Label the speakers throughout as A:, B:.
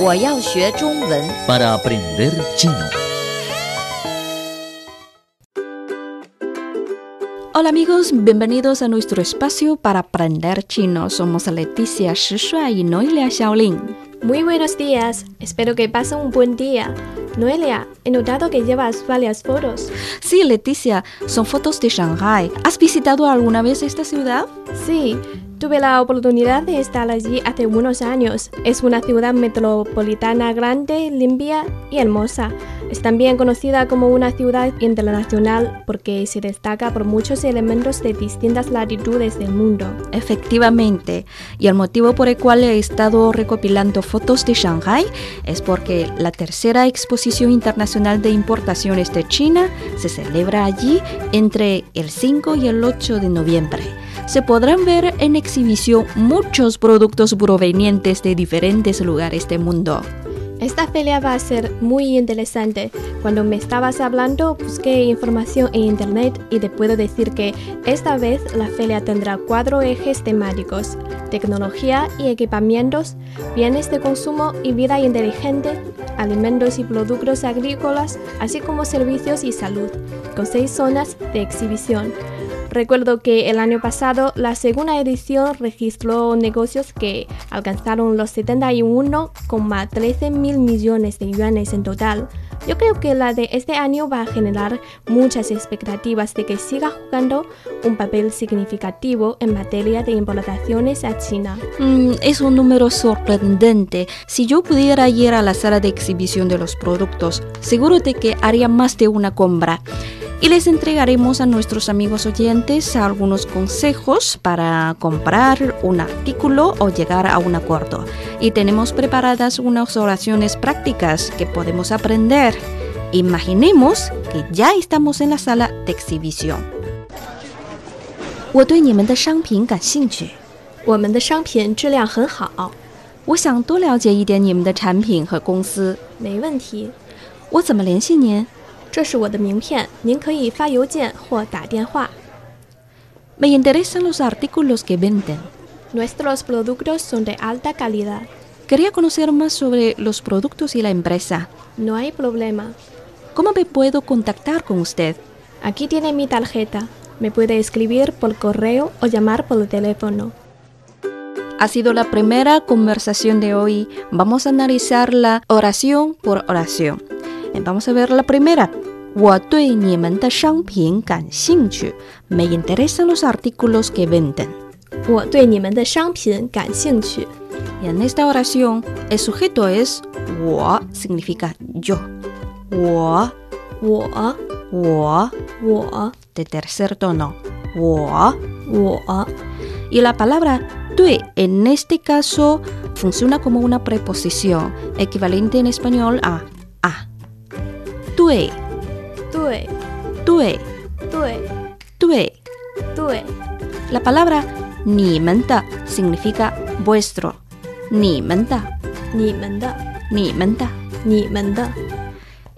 A: 我要学中文。
B: para aprender chino.
C: Hola amigos, bienvenidos a nuestro espacio para aprender chino. Somos Leticia Shishua y Noelia Xiaolin.
D: Muy buenos días, espero que pasen un buen día. Noelia, he notado que llevas varias fotos.
C: Sí, Leticia, son fotos de Shanghai. ¿Has visitado alguna vez esta ciudad?
D: Sí, tuve la oportunidad de estar allí hace unos años. Es una ciudad metropolitana grande, limpia y hermosa. Es también conocida como una ciudad internacional porque se destaca por muchos elementos de distintas latitudes del mundo.
C: Efectivamente, y el motivo por el cual he estado recopilando fotos de Shanghai es porque la tercera exposición internacional de importaciones de China se celebra allí entre el 5 y el 8 de noviembre. Se podrán ver en exhibición muchos productos provenientes de diferentes lugares del mundo.
D: Esta feria va a ser muy interesante. Cuando me estabas hablando, busqué información en internet y te puedo decir que esta vez la feria tendrá cuatro ejes temáticos: tecnología y equipamientos, bienes de consumo y vida inteligente, alimentos y productos agrícolas, así como servicios y salud, con seis zonas de exhibición. Recuerdo que el año pasado la segunda edición registró negocios que alcanzaron los 71,13 mil millones de yuanes en total. Yo creo que la de este año va a generar muchas expectativas de que siga jugando un papel significativo en materia de importaciones a China.
C: Mm, es un número sorprendente. Si yo pudiera ir a la sala de exhibición de los productos, seguro de que haría más de una compra. Y les entregaremos a nuestros amigos oyentes algunos consejos para comprar un artículo o llegar a un acuerdo. Y tenemos preparadas unas oraciones prácticas que podemos aprender. Imaginemos que ya estamos en la sala de exhibición. 我对你们的商品感兴趣。
D: 我们的商品质量很好，
C: 我想多了解一点你们的产品和公司，
D: 没问题。
C: 我怎么联系您？
D: 这是我的名片，您可以发邮件或打电话。
C: Me interesan los artículos que venden.
D: Nuestros productos son de alta calidad.
C: Quería conocer más sobre los productos y la empresa.
D: No hay problema.
C: ¿Cómo me puedo contactar con usted?
D: Aquí tiene mi tarjeta. Me puede escribir por correo o llamar por teléfono.
C: Ha sido la primera conversación de hoy. Vamos a analizarla oración por oración. Eh, Vamos a ver la primera. 我对你们的商品感兴趣。Me interesan los artículos que venden.
D: 我对你们的商品感兴趣。
C: Y en esta oración, el sujeto es 我 significa yo. 我
D: 我
C: 我
D: 我
C: de tercer tono. 我
D: 我
C: y la palabra 对 en este caso funciona como una preposición equivalente en español a a. 对
D: 对
C: 对
D: 对
C: 对
D: 对
C: La palabra 你们的 significa vuestro. 你们的
D: 你们的
C: 你们的
D: 你们的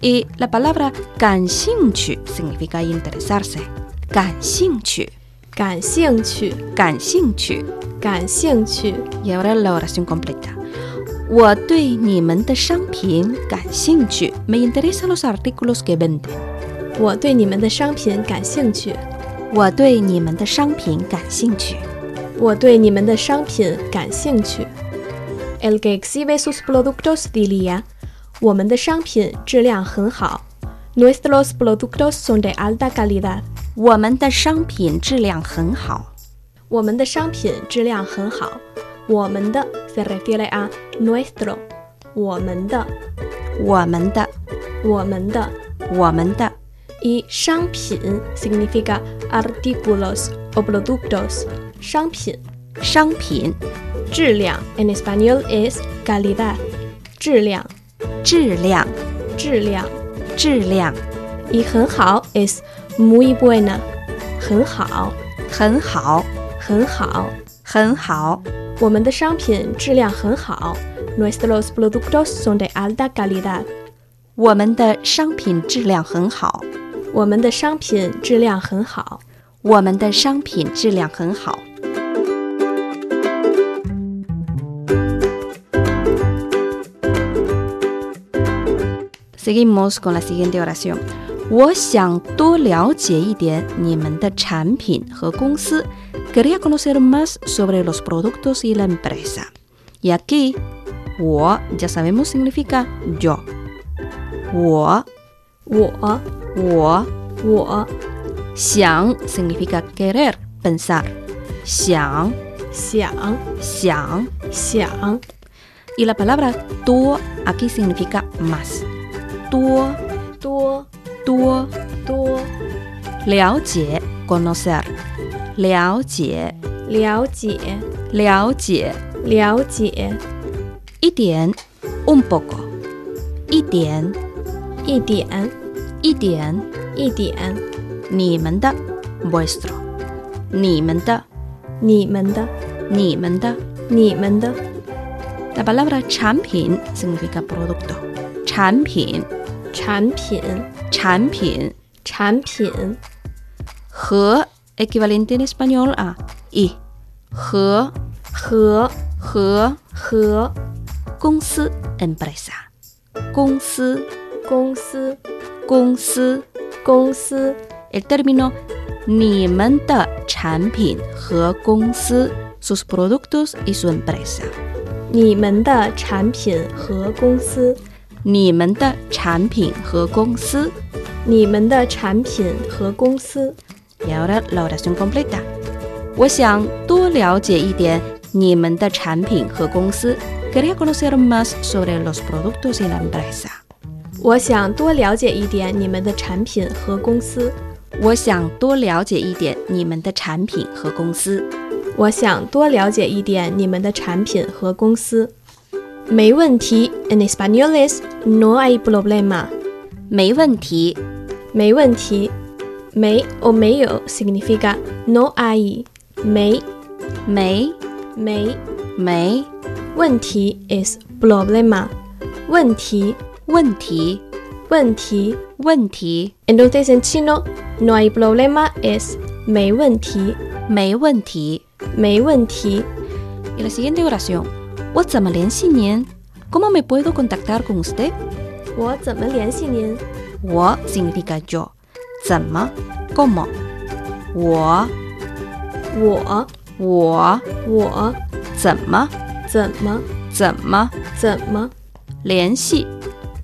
C: y la palabra 感兴趣 significa interesarse. 感兴趣
D: 感兴趣
C: 感兴趣
D: 感兴趣。
C: Y ahora la oración completa. 我对你们的商品感兴趣。Me interesan los artículos que venden.
D: 我对你们的商品感兴趣。
C: 我对你们的商品感兴趣。
D: 我对你们的商品感兴趣。El que exhibe sus productos diría: 我们的商品质量很好。Nuestros productos son de alta calidad。
C: 我们的商品质量很好。
D: 我们的商品质量很好。我们的 se refiere a nuestro。我们的，
C: 我们的
D: 我们的。
C: 我们的
D: Y 商品 significa artículos o productos。商品
C: 商品
D: 质量 en español es calidad。质量，
C: 质量
D: 质量。
C: 质量
D: y 很好 es muy buena，很好，
C: 很好
D: 很好。
C: 很好
D: 我们的商品质量很好，nuestros productos son de alta calidad。
C: 我们的商品质量很好。
D: 我们的商品质量很好。
C: 我们的商品质量很好。 Seguimos con la siguiente oración. 我想多了解一点你们的产品和公司。Quería conocer más sobre los productos y la empresa. Y aquí, 我 ya sabemos significa yo. 我
D: 我
C: 我
D: 我
C: 想 significa querer pensar. 想
D: 想
C: 想
D: 想
C: y la palabra 多 aquí significa más. 多
D: 多
C: 多
D: 多
C: 了解 conocer 了解
D: 了解
C: 了解
D: 了解
C: 一点 un poco 一点
D: 一点
C: 一点
D: 一点
C: 你们的 vuestro 你们的
D: 你们的
C: 你们的
D: 你们的
C: la palabra 产品 significa producto 产品
D: 产品
C: 产品
D: 产品
C: 和 equivalente en español a y 和
D: 和
C: 和
D: 和
C: 公司 empresa 公司
D: 公司
C: 公司
D: 公司
C: el término 你们的产品和公司 sus productos y su empresa
D: 你们的产品和公司
C: 你们的产品和公司
D: 你们的产品和公司
C: y ahora la oración completa 我想多了解一点你们的产品和公司 quería conocer más sobre los productos y la empresa
D: 我想多了解一点你们的产品和公司。
C: 我想多了解一点你们的产品和公司。
D: 我想多了解一点你们的产品和公司。没问题，en español es no hay problema。
C: 没问题，
D: 没问题，没 o medio significa no hay。没
C: 没
D: 没
C: 没
D: 问题 is problema。问题
C: 问题，
D: 问题。
C: 问题
D: Entonces en chino no hay problema es 没问题，
C: 没问题。
D: 没问题。
C: Y la siguiente oración. 我怎么联系您？¿Cómo me puedo contactar con usted？
D: 我怎么联系您？
C: 我 significa yo。怎么？cómo？我
D: 我
C: 我
D: 我
C: 怎么
D: 怎么
C: 怎么
D: 怎么
C: 联系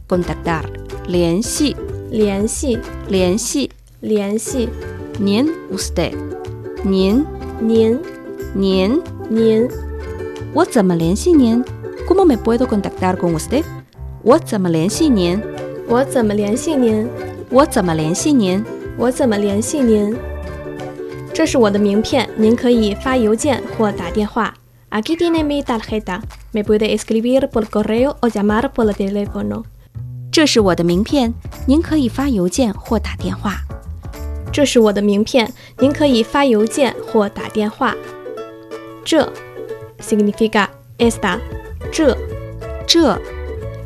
C: ？contactar 联系
D: 联系
C: 联系
D: 联系
C: 您 usted 您
D: 您
C: 您。
D: 您？
C: 我怎么联系您？¿Cómo me puedo contactar con usted？我怎么联系您？
D: 我怎么联系您？
C: 我怎么联系您？
D: 我怎么联系您？这是我的名片，您可以发邮件或打电话。Aquí tiene mi tarjeta. Me puede escribir por correo o llamar por teléfono.
C: 这是我的名片，您可以发邮件或打电话。
D: 这是我的名片，您可以发邮件或打电话。这 significa esta，这
C: 这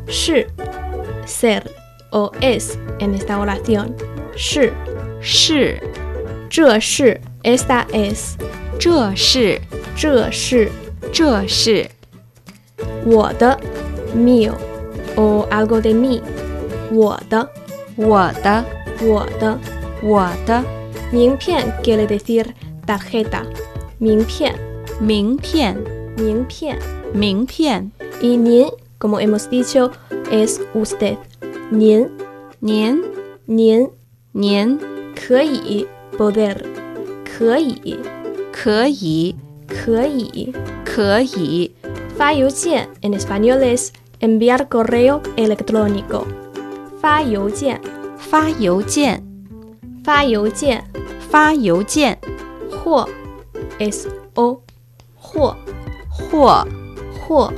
D: 是 ser o es en esta oración 是
C: 是，
D: 这是 esta es
C: 这是，
D: 这是
C: 这是
D: 我的 mío o algo de mí 我的
C: 我的，
D: 我的
C: 我的
D: 名片 quiere decir tarjeta 名片
C: 名片，
D: 名片
C: 名片。
D: y 您 como hemos dicho es usted 您
C: 您，
D: 您
C: 您
D: 可以 poder 可以
C: 可以，
D: 可以
C: 可以
D: 发邮件 en español es enviar correo electrónico 发邮件
C: 发邮件，
D: 发邮件
C: 发邮件
D: 或 s o 或
C: 或
D: 或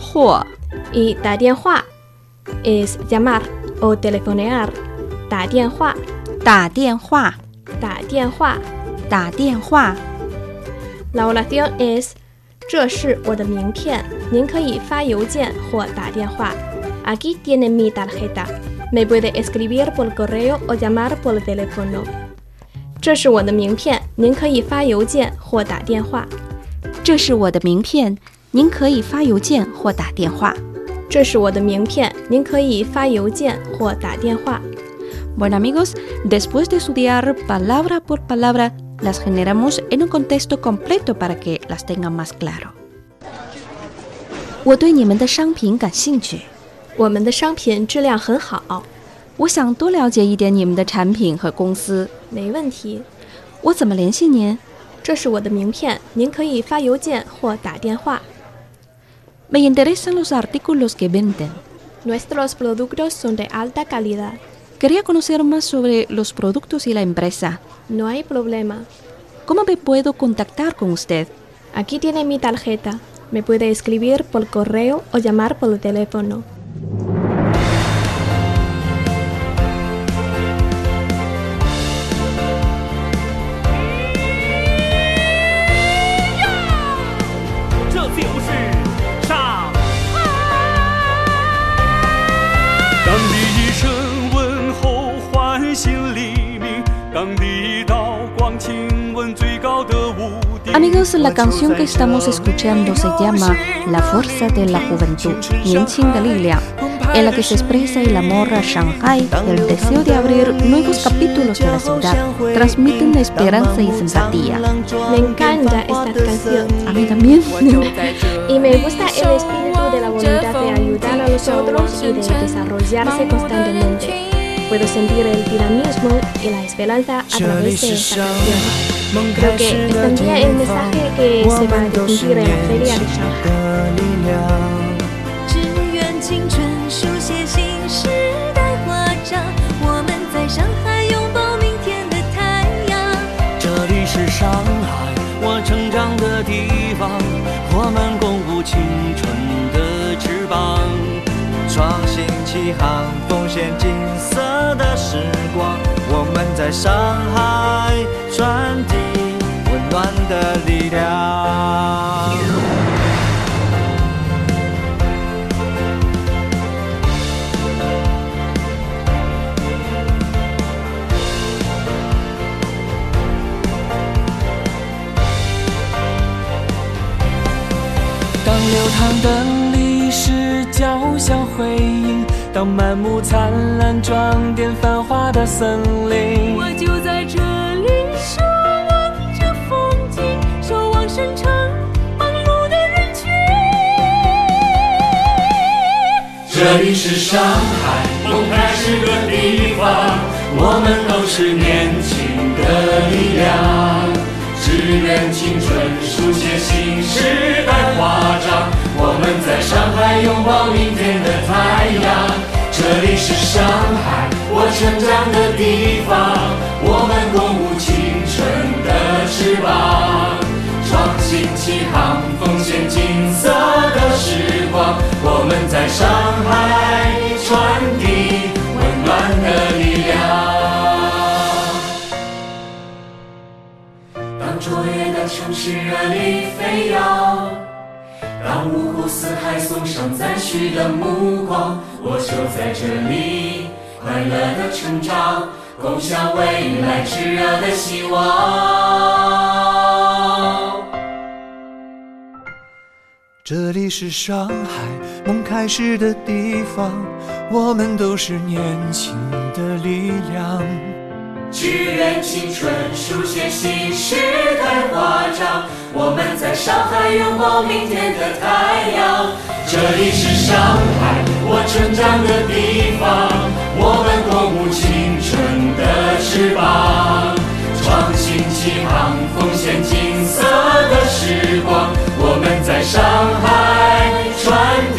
C: 或
D: 以打电话 es llamar o telefonear 打电话
C: 打电话。
D: 打电话
C: 打电话，
D: La oración es 这是我的名片，您可以发邮件或打电话 Aquí tiene mi tarjeta me puede escribir por correo o llamar por teléfono 这是我的名片，您可以发邮件或打电话。
C: 这是我的名片，您可以发邮件或打电话。
D: 这是我的名片，您可以发邮件或打电话。
C: Bueno amigos, después de estudiar palabra por palabra, las generamos en un contexto completo para que las tengan más claro. 我对你们的商品感兴趣，
D: 我们的商品质量很好，
C: 我想多了解一点你们的产品和公司。
D: 没问题。
C: 我怎么联系您？
D: 这是我的名片，您可以发邮件或打电话。
C: Me interesan los artículos que venden.
D: Nuestros productos son de alta calidad.
C: Quería conocer más sobre los productos y la empresa.
D: No hay problema.
C: ¿Cómo me puedo contactar con usted?
D: Aquí tiene mi tarjeta. Me puede escribir por correo o llamar por teléfono.
C: Amigos, la canción que estamos escuchando se llama La Fuerza de la Juventud, Nienqing de Lilia, en la que se expresa el amor a Shanghai y el deseo de abrir nuevos capítulos de la ciudad. Transmiten esperanza y simpatía.
D: Me encanta esta canción
C: A mí también.
D: y me gusta el espíritu de la voluntad de ayudar a los otros y de desarrollarse constantemente. Puedo sentir el dinamismo y la esperanza a través de esta canción. Creo que extendía el mensaje que se va a difundir en la feria de Shanghai.
A: 只愿青春书写新时代华章，我们在上海拥抱明天的太阳。
E: 这里是上海，我成长的地方，我们共舞青春的翅膀。
F: 创新起航，奉献金色的时光，我们在上海传递温暖的力量。
E: 当流淌的历史交相辉映，当满目灿烂装点繁华的森林，
A: 我就在这里守望着风景，守望伸长忙碌的人群。
E: 这里是上海，梦还是个地方，我们都是年轻的力量。只愿青春书写新时代华章，我们在上海拥抱明天的太阳。这里是上海，我成长的地方，我们共舞青春的翅膀，创新起航，奉献金色的时光，我们在上海传递温暖的力量。当卓越的城市热力飞扬，当五湖四海送上赞许的目光，我就在这里快乐的成长，共享未来炙热的希望。
F: 这里是上海，梦开始的地方，我们都是年轻的力量。
E: 只愿青春书写新时代华章，我们在上海拥抱明天的太阳。这里是上海，我成长的地方，我们共舞青春的翅膀，创新起航，奉献金色的时光，我们在上海传递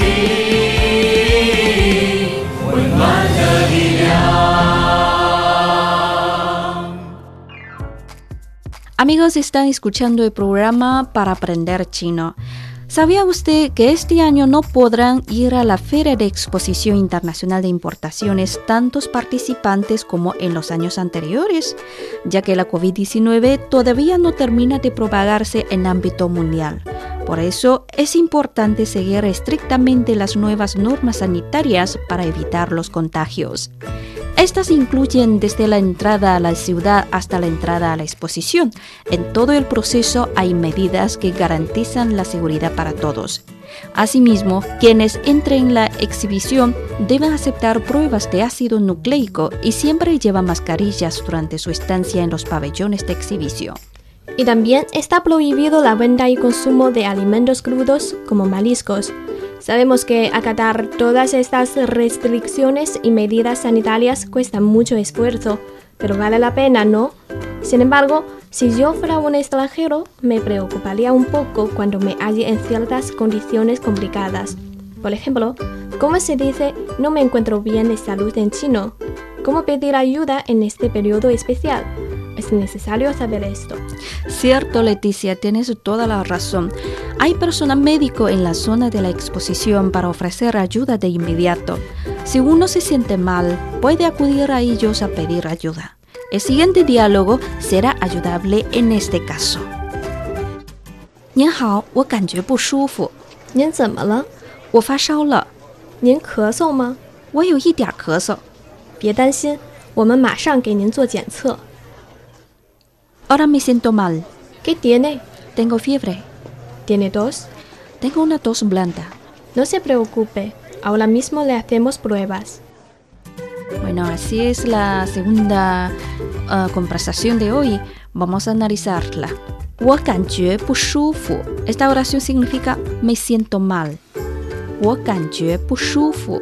E: 温暖的力量。
C: Amigos, están escuchando el programa para aprender chino. ¿Sabía usted que este año no podrán ir a la Feria de Exposición Internacional de Importaciones tantos participantes como en los años anteriores, ya que la COVID-19 todavía no termina de propagarse en ámbito mundial? Por eso es importante seguir estrictamente las nuevas normas sanitarias para evitar los contagios. Estas incluyen desde la entrada a la ciudad hasta la entrada a la exposición. En todo el proceso hay medidas que garantizan la seguridad para todos. Asimismo, quienes entren en la exhibición deben aceptar pruebas de ácido nucleico y siempre llevan mascarillas durante su estancia en los pabellones de exhibición.
D: Y también está prohibido la venta y consumo de alimentos crudos como mariscos. Sabemos que acatar todas estas restricciones y medidas sanitarias cuesta mucho esfuerzo, pero vale la pena, ¿no? Sin embargo, si yo fuera un extranjero, me preocuparía un poco cuando me halle en ciertas condiciones complicadas. Por ejemplo, ¿cómo se dice no me encuentro bien de salud en chino? ¿Cómo pedir ayuda en este periodo especial? Es necesario saber esto.
C: Cierto, Leticia, tienes toda la razón. Hay personal médico en la zona de la exposición para ofrecer ayuda de inmediato. Si uno se siente mal, puede acudir a ellos a pedir ayuda. El siguiente diálogo será ayudable en este caso. 您好，我感觉不舒服，
D: 您怎么了？
C: 我发烧了，
D: 您咳嗽吗？
C: 我有一点儿咳嗽。
D: 别担心，我们马上给您做检测。
C: Ahora me siento mal.
D: ¿Qué tiene?
C: Tengo fiebre.
D: ¿Tiene dos?
C: Tengo una tos blanda.
D: No se preocupe, ahora mismo le hacemos pruebas.
C: Bueno, así es la segunda ah, conversación de hoy. Vamos a analizarla. 我感觉不舒服. Esta oración significa me siento mal. 我感觉不舒服.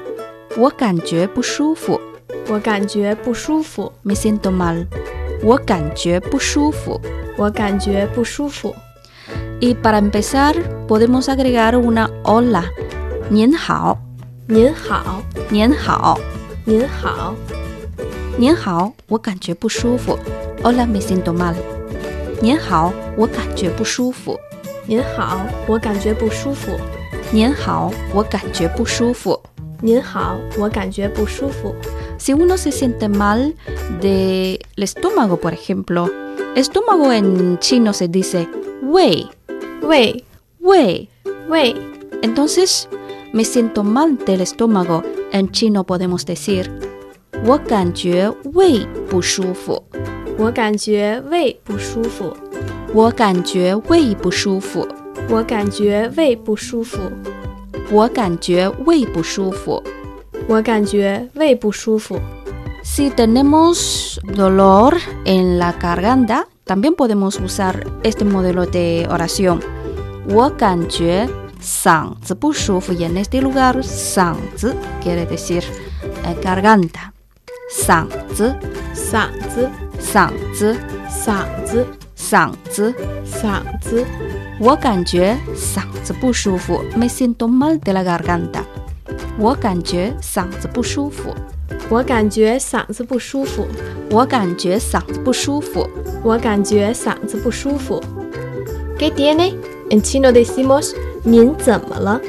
C: 我感觉不舒服.
D: 我感觉不舒服，
C: me siento mal. 我感觉不舒服.
D: 我感觉不舒服。
C: Y para empezar, podemos agregar una hola. 您好,
D: 您好，
C: 您好,
D: 您好，
C: 您好,我感觉不舒服. Hola, me siento mal. 您好,我感觉不舒服.
D: 您好，我感觉不舒服。
C: 您好,我感觉不舒服.
D: 您好，我感觉不舒服。
C: Si uno se siente mal del estómago, por ejemplo, estómago en chino se dice wei,
D: 喂
C: wei.
D: 喂，
C: Entonces, me siento mal del estómago. En chino podemos decir, 我感觉胃不舒服.
D: 我感觉胃不舒服，
C: 我感觉胃不舒服.
D: 我感觉胃不舒服，
C: 我感觉胃不舒服.
D: 我感觉胃不舒服。
C: Si tenemos dolor en la garganta, también podemos usar este modelo de oración. 我感觉嗓子不舒服 y en este lugar 嗓子 quiere decir eh, garganta. 嗓子,
D: 嗓子，
C: 嗓子,
D: 嗓子，
C: 嗓子.
D: 嗓子，
C: 我感觉嗓子不舒服 me siento mal de la garganta. 我感觉嗓子不舒服.
D: 我感觉嗓子不舒服，
C: 我感觉嗓子不舒服.
D: 我感觉嗓子不舒服。¿Qué tiene? En chino decimos 您怎么了？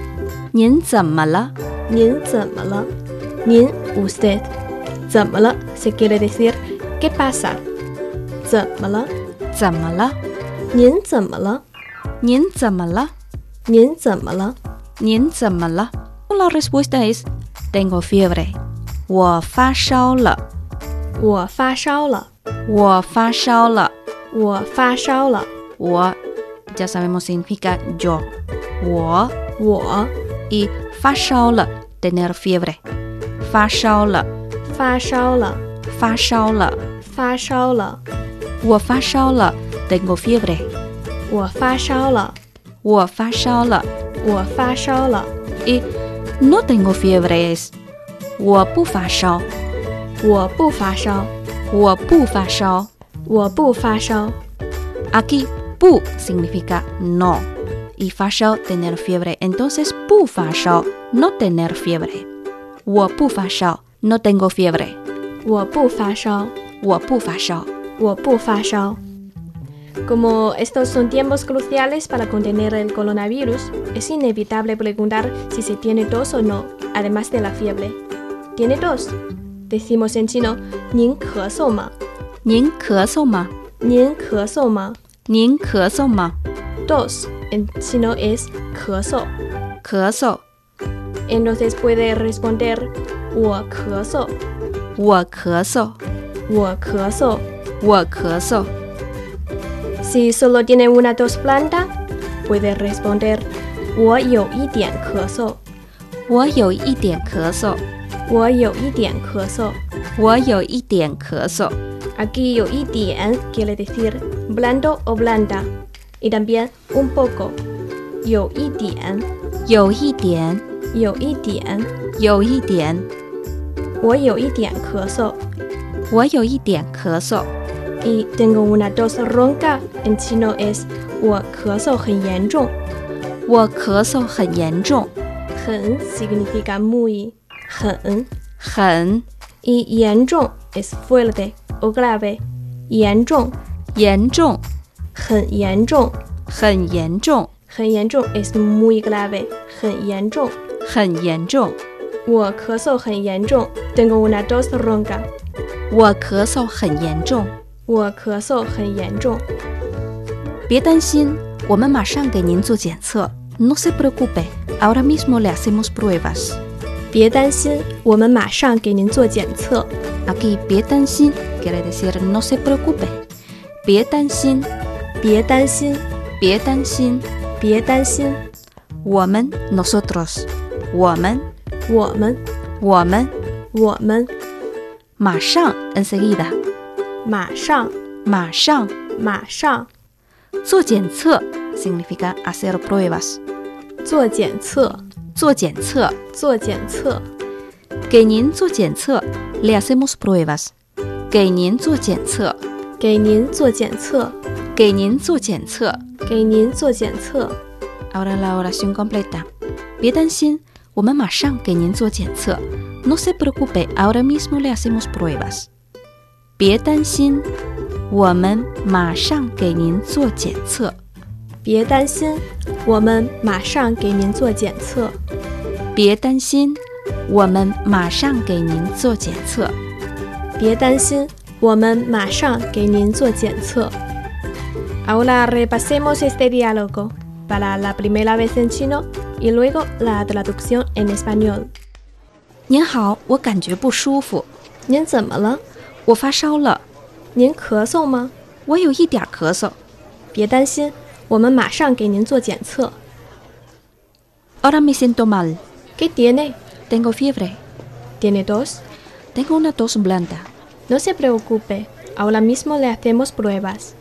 C: 您怎么了?
D: 您怎么了？您 usted 怎么了？Se quiere decir ¿qué pasa？怎么了？
C: 怎么了?
D: 您怎么了？
C: 您怎么了?
D: 您怎么了？
C: 您怎么了? La respuesta es tengo fiebre. 我发烧了.
D: 我发烧了，
C: 我发烧了.
D: 我发烧了，
C: 我 ya sabemos significa yo. 我
D: 我
C: y 发烧了 tener fiebre. 发烧了,
D: 发烧了，
C: 发烧了.
D: 发烧了，
C: 我发烧了 tengo fiebre.
D: 我发烧了，
C: 我发烧了
D: 我发烧了，
C: y no tengo fiebre es 我不发烧.
D: 我不发烧，
C: 我不发烧.
D: 我不发烧。
C: Aquí pu significa no y fashao tener fiebre. Entonces pu fashao no tener fiebre. Wo pu fashao no tengo fiebre.
D: 我不发烧，
C: Wo pu fashao.
D: 我不发烧。 Como estos son tiempos cruciales para contener el coronavirus, es inevitable preguntar si se tiene tos o no, además de la fiebre. ¿Tiene tos? Decimos en chino, ¿您咳嗽吗？
C: 您咳嗽吗？
D: 您咳嗽吗？
C: 您咳嗽吗？
D: Tos en chino es 咳嗽。
C: 咳嗽，
D: Entonces puede responder 我咳嗽，
C: 我咳嗽，
D: 我咳嗽。
C: 我咳嗽。
D: Si solo tiene una tos blanda, puede responder 我有一点咳嗽，
C: 我有一点咳嗽，
D: 我有一点咳嗽。
C: 我有一点咳嗽。
D: Aquí 有一点 quiere decir blando o blanda, y también un poco. 有一点，
C: 有一点，
D: 有一点，
C: 有一点，
D: 我有一点咳嗽。
C: 我有一点咳嗽。
D: Y tengo una tos ronca en chino es 我咳嗽很严重。
C: 我咳嗽很严重，
D: 很 significa muy 很
C: 很
D: y 严重 es fuerte o grave 严重
C: 严重，
D: 很严重
C: 很严重，
D: 很严重 es muy grave 很严重
C: 很严重。
D: 我咳嗽很严重 tengo una tos ronca
C: 我咳嗽很严重。
D: 我咳嗽很严重
C: 别担心，我们马上给您做检测。No se preocupe, ahora mismo le hacemos pruebas.
D: 别担心我们马上给您做检测
C: Aquí 别担心 quiere decir no se preocupe. 别担心，
D: 别担心
C: 别担心。
D: 别担心
C: 我们 nosotros，我们
D: 我们
C: 我们
D: 我们
C: 马上 enseguida，
D: 马上
C: 马上
D: 马上
C: 做检测 significa hacer pruebas，
D: 做检测
C: 做检测，
D: 做检测。
C: 给您做检测，le hacemos pruebas，给您做检测，
D: 给您做检测，
C: 给您做检测。
D: 给您做检测。
C: Ahora la oración completa. 别担心，我们马上给您做检测。No se preocupe, ahora mismo le hacemos pruebas. 别担心，我们马上给您做检测。
D: 别担心，我们马上给您做检测。
C: 别担心，我们马上给您做检测。
D: 别担心，我们马上给您做检测。Ahora repasemos este diálogo para la primera vez en chino y luego la traducción en español.
C: 您好，我感觉不舒服，
D: 您怎么了？
C: 我发烧了，
D: 您咳嗽吗？
C: 我有一点咳嗽。
D: 别担心，我们马上给您做检测。
C: Ahora me siento mal.
D: ¿Qué tiene?
C: Tengo fiebre.
D: ¿Tiene tos?
C: Tengo una tos blanda.
D: No se preocupe, ahora mismo le hacemos pruebas.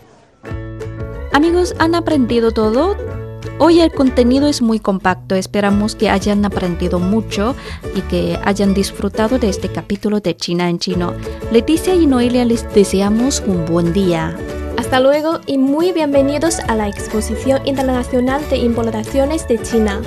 C: Amigos, ¿han aprendido todo? Hoy el contenido es muy compacto, esperamos que hayan aprendido mucho y que hayan disfrutado de este capítulo de China en Chino. Leticia y Noelia les deseamos un buen día.
D: Hasta luego y muy bienvenidos a la Exposición Internacional de Importaciones de China.